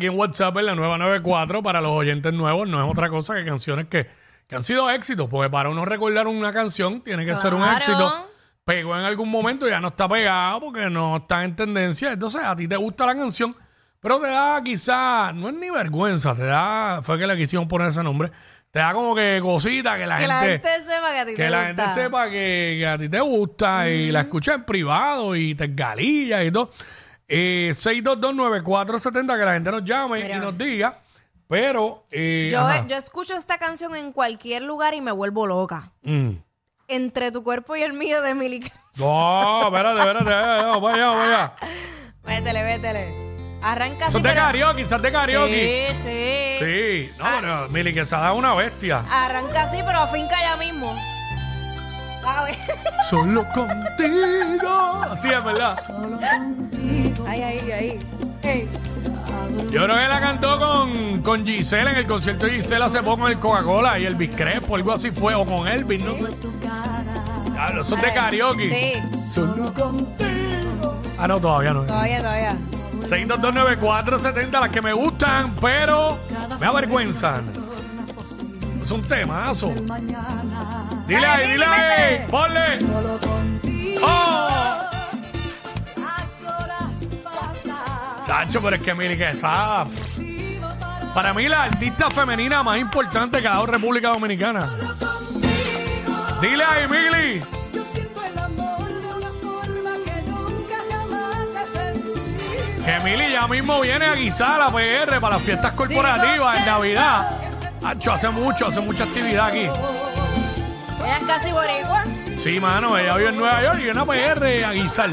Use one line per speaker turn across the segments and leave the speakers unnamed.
Y en WhatsApp en la nueva 94 para los oyentes nuevos no es otra cosa que canciones que, que han sido éxitos, porque para uno recordar una canción tiene que ser un
Claro.
éxito. Pegó en algún momento, ya no está pegado porque no está en tendencia. Entonces a ti te gusta la canción, pero te da quizá, no es ni vergüenza, te da, fue que le quisieron poner ese nombre, te da como que cosita que la
Que la
gente...
gente sepa que a ti
Que
te
la gente
gusta.
sepa que, que a ti te gusta y la escuchas en privado y te galillas y todo. Eh, 6229470, que la gente nos llame
Mira.
y nos diga. Pero. eh,
Yo,
ajá.
yo escucho esta canción en cualquier lugar y me vuelvo loca.
Mm.
Entre tu cuerpo y el mío de Milly. Cyrus.
No, espérate, espérate. espérate, no, vaya, vaya.
Vétele, vétele. Arranca así,
Son de
Ah, pero-
karaoke, son de karaoke.
Sí, sí. Ah.
Sí. No, pero Mili Quesada es una bestia.
Arranca así, pero afinca ya mismo. A ver.
Solo contigo. Sí, es verdad.
Ahí, ahí, ahí. Ey.
Yo creo que la cantó con, con Gisela en el concierto de Gisela se poco en el Coca-Cola y Elvis Crespo, algo así fue, o con Elvis, no sé. Claro, son de karaoke.
Sí,
Ah, no, todavía no.
todavía, todavía.
6229470, las que me gustan, pero me avergüenzan. Es un temazo. Dile ahí, dile ahí, ponle. ¡Oh! Chacho, pero es que Mili Quesada. Para mí, la artista femenina más importante que ha dado República Dominicana. Dile ahí, Mili.
Yo siento el amor de una forma que nunca jamás he sentido.
Que Mili ya mismo viene a guisar a la PR para las fiestas corporativas en Navidad. Hacho, hace mucho, hace mucha actividad aquí.
Ella es casi boricua.
Sí, mano, ella vive en Nueva York y viene a PR a guisar.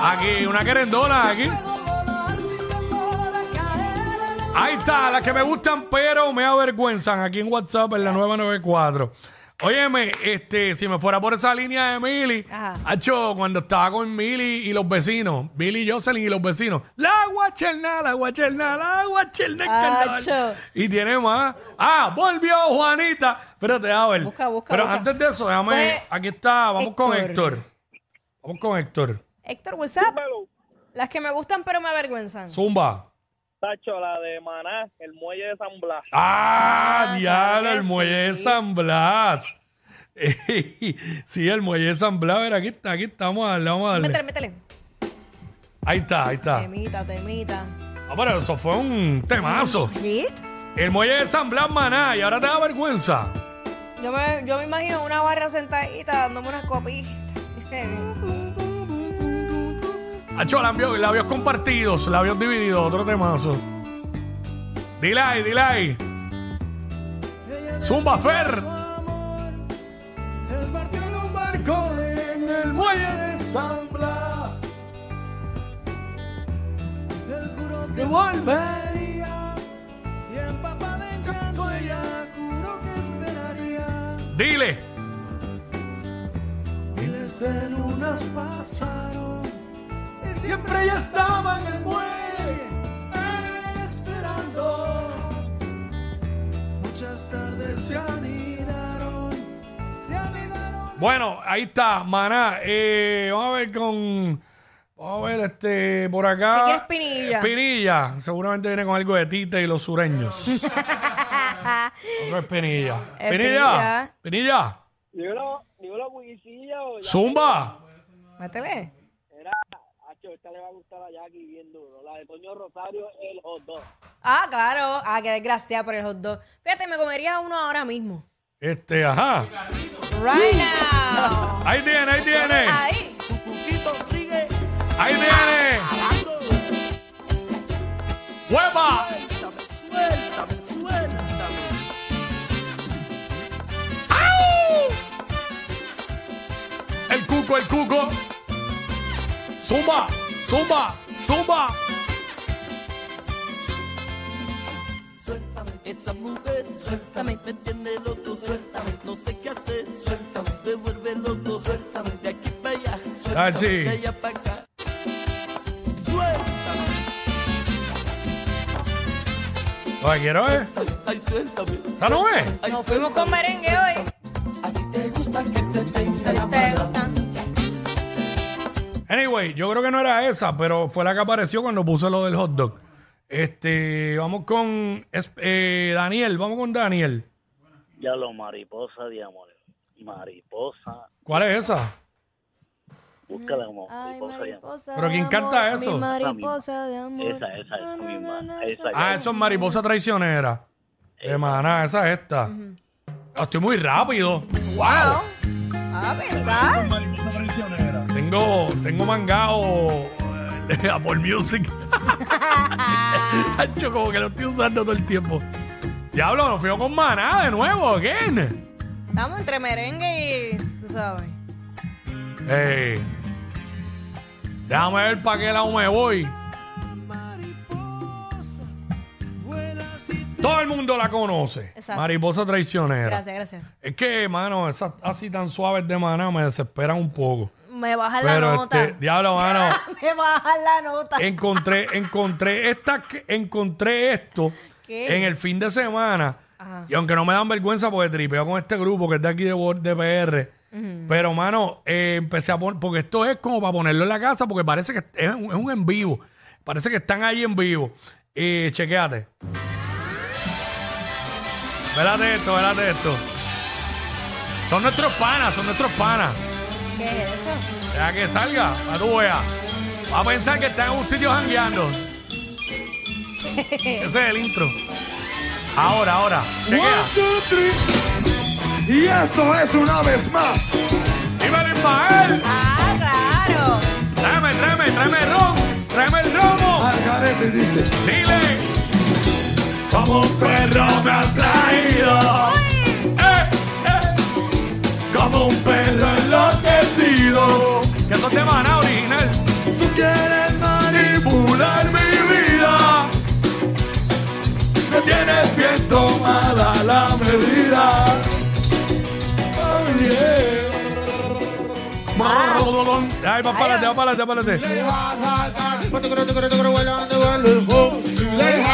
Aquí, una querendona aquí.
Puedo volar sin temor a caer en el
Ahí está, las que me gustan, pero me avergüenzan aquí en WhatsApp en la 994. Óyeme, este, si me fuera por esa línea de Mili,
Ajá.
Hacho, cuando estaba con Mili y los vecinos, Mili y Jocelyn y los vecinos, la guacherna, la guacherna, la guacherna es carnaval.
Hacho.
Y tiene más. Ah, volvió Juanita. Espérate, a ver.
Busca, busca,
Pero
busca.
antes de eso, déjame.
Pues,
aquí está, vamos con
Héctor.
Héctor. Vamos con Héctor.
Héctor, what's up? Las que me gustan, pero me avergüenzan.
Zumba.
Tacho, la de Maná, el muelle de San Blas.
Ah,
Ah,
diablo,
claro
el
que
muelle de
sí.
San Blas. Ey, sí, el muelle de San Blas. A ver, aquí está, aquí estamos a darle, vamos a darle.
Métele, métele.
Ahí está, ahí está.
Temita, temita.
Ah, pero eso fue un temazo.
¿Hit?
El muelle de San Blas, maná, y ahora te da vergüenza.
Yo me, yo me imagino una barra sentadita dándome unas copitas.
Hacho, labios, labios compartidos, labios divididos, otro temazo. Dile ahí, dile ahí. Zumba Fer.
El barco en un barco en el muelle de San Blas. Él juró que volvería y en papá de encanto ella juró que esperaría.
Dile.
Miles de lunas pasaron y siempre ella estaba en el muelle esperando. Muchas tardes se anidaron, se anidaron.
Bueno, ahí está, maná. Eh, vamos a ver con. Vamos a ver este por acá.
Si quieres Pinilla.
Eh, Pinilla. Seguramente viene con algo de Tite y los sureños. Otro es Pinilla.
Es
Pinilla. Pinilla.
Ni una, ni una buguicilla o ya.
Zumba.
Métele.
Era, Tacho, esta le va a gustar a Jackie bien duro. La de Toño Rosario, el hot dog.
Ah, claro. Ah, qué desgraciada por el hot dog. Fíjate, me comería uno ahora mismo.
Este, ajá.
Right now.
Ahí tiene, ahí tiene.
Ahí.
Ahí tiene. ¡Hueva! ¡Au! El cuco, el cuco. Zumba, zumba, zumba.
Suéltame esa mujer, suéltame, me tiene loco, suéltame, no sé qué hacer, suéltame, me vuelve loco, suéltame, de aquí para allá, suéltame,
Ah, sí.
de allá para acá. Suéltame,
Lo que quiero es.
ay, suéltame,
¿Esa no es?
ay,
Nos fuimos
suéltame.
con merengue hoy.
A ti te gusta que te tenga la
Te
mano.
gusta.
Anyway, yo creo que no era esa, pero fue la que apareció cuando puse lo del hot dog. Este, vamos con es- eh, Daniel, vamos con Daniel.
Ya lo mariposa de amor. Mariposa.
¿Cuál es esa?
Búscala como
Ay,
mariposa de amor.
mariposa.
Pero
de
¿quién
amor,
canta eso?
Mi mariposa de amor.
Esa, esa, esa
Na,
misma.
na, na,
Esa,
Ah, eso es mariposa traicionera. De maná, esa es esta. Ah, Estoy muy rápido. ¡Wow!
Ah, pues, está.
Tengo, tengo mangado eh, Apple Music.
Ah,
Hacho, como que lo estoy usando todo el tiempo. Diablo, nos fuimos con maná de nuevo, again.
Estamos entre merengue y. Tú sabes.
Ey. Déjame ver para qué lado me voy. Todo el mundo la conoce.
Exacto.
Mariposa traicionera.
Gracias, gracias.
Es que, mano, esas así tan suaves de maná me desesperan un poco.
Me bajan la
Pero,
nota.
este, diablo, mano, Eh.
Me bajan la nota.
encontré, encontré, esta, que- encontré esto
¿Qué?
en el fin de semana.
Ajá.
Y aunque no me dan vergüenza porque tripeo con este grupo que es de aquí de, Bo- de PR. Pero, mano, eh, empecé a poner, porque esto es como para ponerlo en la casa, porque parece que es un, es un en vivo. Parece que están ahí en vivo. Eh, chequéate. Espérate esto, espérate esto. Son nuestros panas, son nuestros panas.
¿Qué es eso?
Deja que salga, para tú veas. Va a pensar que está en un sitio jangueando. Ese es el intro. Ahora, ahora. Chequea.
Y esto es una vez más.
Dímelo, Ismael.
Ah, claro.
Tráeme, tráeme, tráeme el ron. Tráeme el romo.
Margarete Ah, dice.
Dile. Como un perro me has traído. Eh, eh. Como un perro enloquecido. Que son de maná original.
Tú quieres
Manipular mi vida.
me tienes bien tomada la medida. Oh, yeah.
Ay, va para adelante, va para adelante, va para adelante.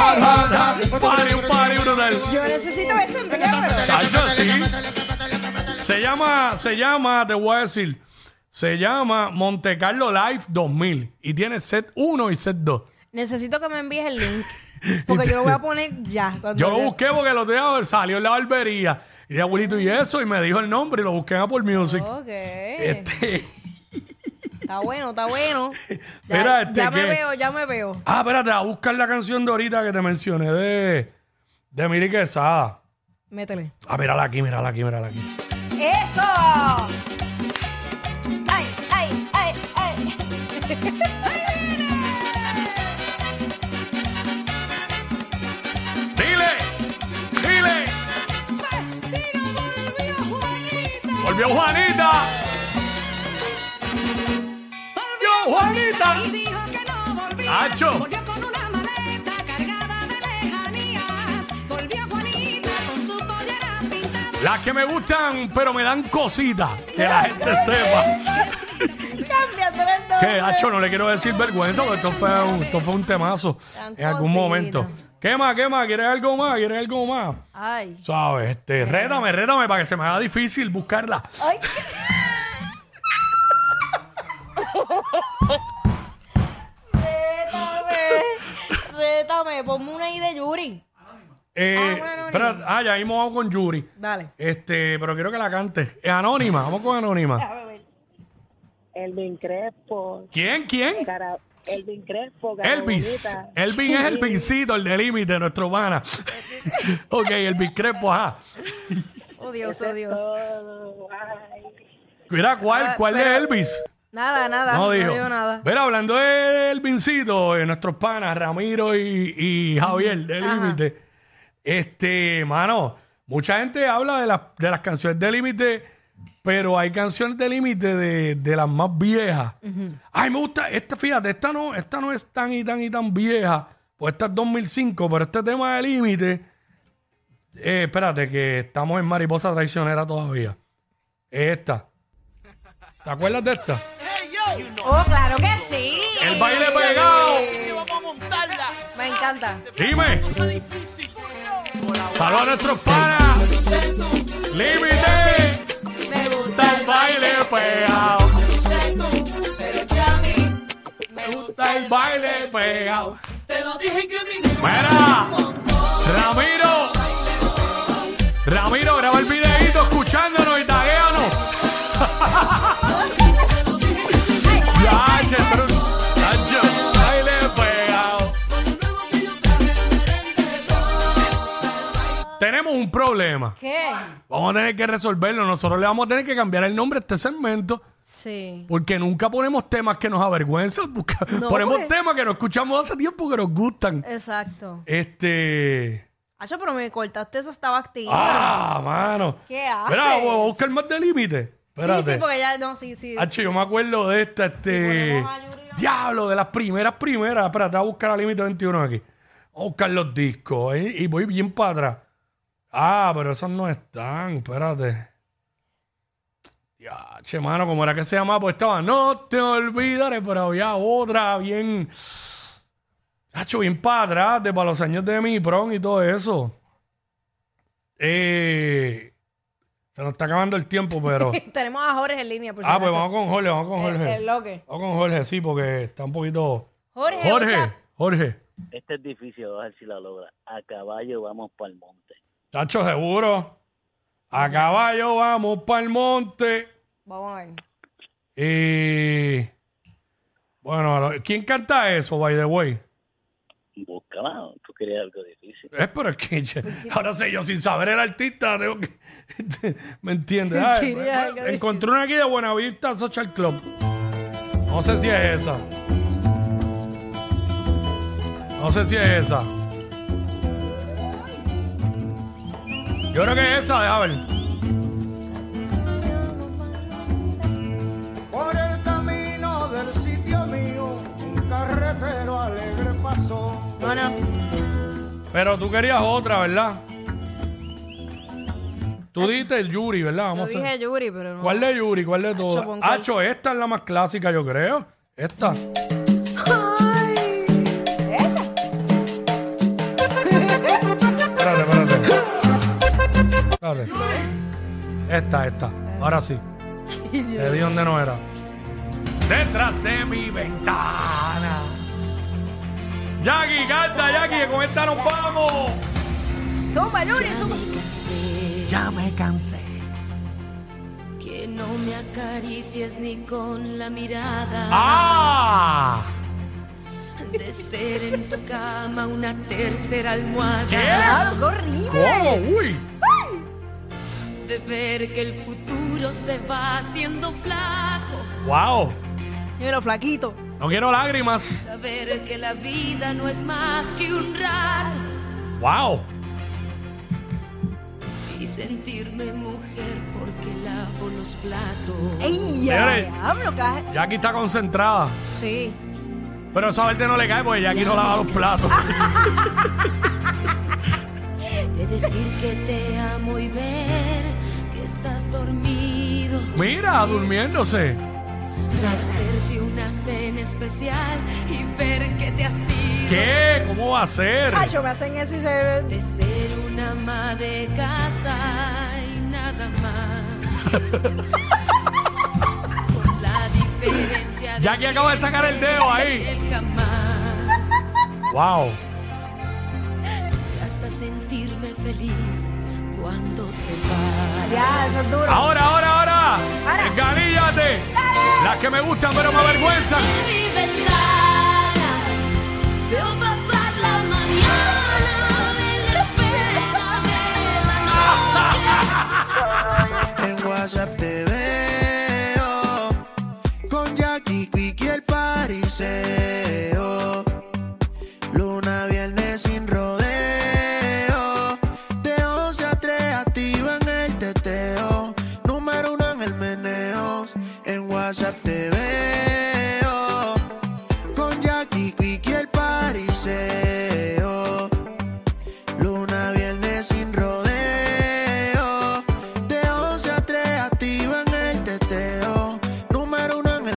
Party, un party brutal.
Yo necesito eso en vivo.
Chacho, sí. Se llama, se llama, te voy a decir, se llama Monte Carlo Live 2000 y tiene set 1 y set 2.
Necesito que me envíes el link. Porque yo lo voy a poner ya. cuando
Yo lo busqué porque el otro día salió en la barbería y de abuelito y eso y me dijo el nombre y lo busqué en Apple Music.
Ok.
Este,
Está bueno, está bueno. Ya,
Mira, este,
ya me
¿qué?
veo, ya me veo.
ah, espérate, a buscar la canción de ahorita que te mencioné de, de Miri Quesada.
Métele.
Ah, mírala aquí, mírala aquí, mírala aquí.
¡Eso! ¡Ay, ay, ay, ay!
¡Dile! ¡Dile! ¡Volvió Juanita! ¡Volvió Juanita! ¡Acho! Las que me gustan, pero me dan cositas. Que la gente sepa.
Cámbiatelo entonces.
Que, Hacho, no le quiero decir vergüenza, porque esto fue un, esto fue un temazo
Dan
en algún
cositas.
momento. ¿Qué más? ¿Qué más? ¿Quieres algo más? ¿Quieres algo más?
Ay.
¿Sabes? Este, rétame, rétame para que se me haga difícil buscarla.
Ay. Rétame. Rétame. Ponme una I de Yuri.
Eh,
Ah, bueno, no,
espera, ah, ya mismo vamos con Yuri.
Dale.
Este, pero quiero que la cante. Eh, anónima, vamos con Anónima.
Elvin Crespo,
¿Quién? ¿Quién?
cara, Elvin Crespo, cara
Elvis.
bonita.
Elvin es Elvincito, el de límite, nuestro humana. ok, Elvis Crespo, ajá.
Oh, Dios, oh, Dios.
Todo, ay.
Mira, ¿cuál,
Ah,
cuál es
pero-
Elvis?
Nada, nada.
No
No,
dijo.
digo nada.
Mira, hablando de Elvincito, eh, nuestros panas, Ramiro y, y Javier, de
Ajá.
límite. Este, mano, mucha gente habla de las, de las canciones de límite, pero hay canciones de límite de, de las más viejas. Ay, me gusta, esta, fíjate, esta no, esta no es tan y tan y tan vieja, pues esta es 2005, pero este tema de límite, eh, espérate, que estamos en Mariposa Traicionera todavía. Esta. ¿Te acuerdas de esta?
Oh, claro que sí.
El baile pegado.
Me encanta.
Dime. Saludos a nuestros panas. Límite.
Me gusta.
Está el baile pegado.
Me gusta.
Está el baile pegado.
Te
Mira, Ramiro. Ramiro, graba el videito escuchándonos y taguéanos. Ya, che, pero- ya, yo, ahí le he pegado. Tenemos un problema.
¿Qué?
Vamos a tener que resolverlo. Nosotros le vamos a tener que cambiar el nombre a este segmento
Sí.
porque nunca ponemos temas que nos avergüenzan. busca-
No, pues.
ponemos
porque-
temas que no escuchamos hace tiempo que nos gustan.
Exacto.
Este.
Hacho, pero me cortaste eso, estaba activo.
¡Ah, mano!
¿Qué
Mira,
haces?
voy a buscar más de límite. Espérate. Ah,
sí, sí, porque ya, no, sí, sí. pues,
Hacho, yo me acuerdo de esta, este.
ponemos a Yuri.
Diablo, de las primeras, primeras. Espérate, voy a buscar la límite 21 aquí. Voy a buscar los discos ¿eh? y voy bien para atrás. Ah, pero esos no están, espérate. Ya, che, mano, ¿cómo era que se llamaba? Pues estaba, no te olvidaré, pero había otra bien. Hacho, bien para atrás, de para los años de mi prom y todo eso. Eh, se nos está acabando el tiempo, pero.
Tenemos a Jorge en línea, por si
Ah, pues
acaso.
vamos con Jorge, vamos con
El-
Jorge.
el loque.
Vamos con Jorge, sí, porque está un poquito.
Jorge,
Jorge,
usa-
Jorge.
Este es difícil, vamos a ver si la logra. A caballo vamos para el monte.
Chacho, seguro. A caballo vamos para el monte.
Vamos a ver.
Y. Bueno, a lo- ¿quién canta eso, by the way?
Búscala, tú querías algo difícil.
Es, pero es que che, ahora sé yo, sin saber el artista, tengo que. ¿Me entiendes? Ay,
Quería
bueno,
algo de-
encontré una aquí de Buenavista Social Club. No sé si es esa. No sé si es esa. Yo creo que es esa, déjame ver.
Por el camino del sitio mío, un carretero alegre pasó.
No, no.
Pero tú querías otra, ¿verdad? Tú diste el Yuri, ¿verdad?
Yo
Vamos a
dije Yuri, pero no.
¿Cuál de Yuri? ¿Cuál de todas?
pon cuál.
Hacho, esta es la más clásica, yo creo. Esta.
¿Esa?
Espérate, espérate. Espérate. Esta, esta. Ahora sí. Te di donde no era. Detrás de mi ventana. Jackie, canta, Jackie, que con esta nos vamos.
Zumba, Yuri, zumba.
Ya me cansé.
Que no me acaricies ni con la mirada
¡Ah!
de ser en tu cama una tercera almohada.
¿Qué?
Algo horrible.
¿Cómo? ¡Uy!
De ver que el futuro se va haciendo flaco.
¡Wow!
Mira, flaquito.
No quiero lágrimas.
Saber que la vida no es más que un rato.
¡Wow!
Y sentirme mujer porque lavo los platos.
¡Ey,
Señores.
ya! ¡Hablo, caja!
Jackie está concentrada.
Sí.
Pero esa verte no le cae porque Jackie no lava los platos.
De decir que te amo y ver que estás dormido.
Mira, durmiéndose.
De hacerte una cena especial y ver que te has ido.
¿Qué? ¿Cómo va a ser?
Hacho, me hacen eso y se ven.
De ser una ama de casa y nada más. Con la diferencia de
Jackie acaba de sacar el dedo ahí.
él jamás.
¡Wow!
Hasta sentirme feliz cuando te vas.
Ya, eso es duro.
Ahora, ahora, ahora.
Ahora.
Enganíllate. Las que me gustan, pero me avergüenzan.
De mi ventana veo pasar la mañana en la espera de la noche.
En WhatsApp te veo con Jackie Quick y el pariseo. Luna, viernes sin rodeo. De 11 a 3 activa en el teteo. Número uno en el meneo. En WhatsApp te veo.